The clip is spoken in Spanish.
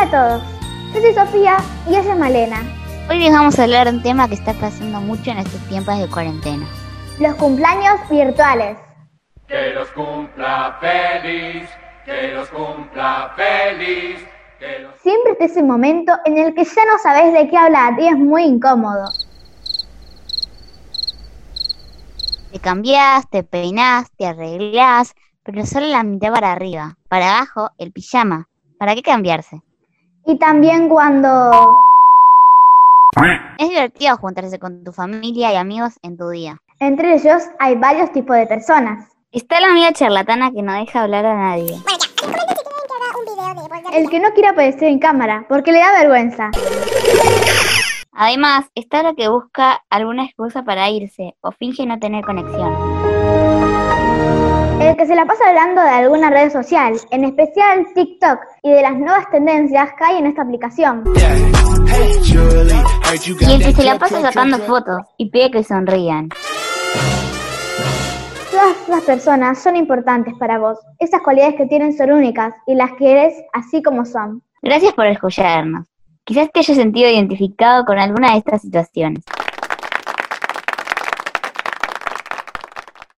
a todos. Yo soy Sofía y ella es Malena. Hoy les vamos a hablar de un tema que está pasando mucho en estos tiempos de cuarentena. Los cumpleaños virtuales. Que los cumpla feliz, que los cumpla feliz, que los... Siempre está ese momento en el que ya no sabes de qué hablar y es muy incómodo. Te cambiás, te peinás, te arreglás, pero solo la mitad para arriba. Para abajo, el pijama. ¿Para qué cambiarse? Y también cuando... Es divertido juntarse con tu familia y amigos en tu día. Entre ellos hay varios tipos de personas. Está la amiga charlatana que no deja hablar a nadie. El que no quiere aparecer en cámara porque le da vergüenza. Además, está la que busca alguna excusa para irse o finge no tener conexión. El que se la pasa hablando de alguna red social, en especial TikTok, y de las nuevas tendencias que hay en esta aplicación. Y el que se la pasa sacando fotos y pide que sonrían. Todas las personas son importantes para vos. Esas cualidades que tienen son únicas y las quieres así como son. Gracias por escucharnos. Quizás te hayas sentido identificado con alguna de estas situaciones.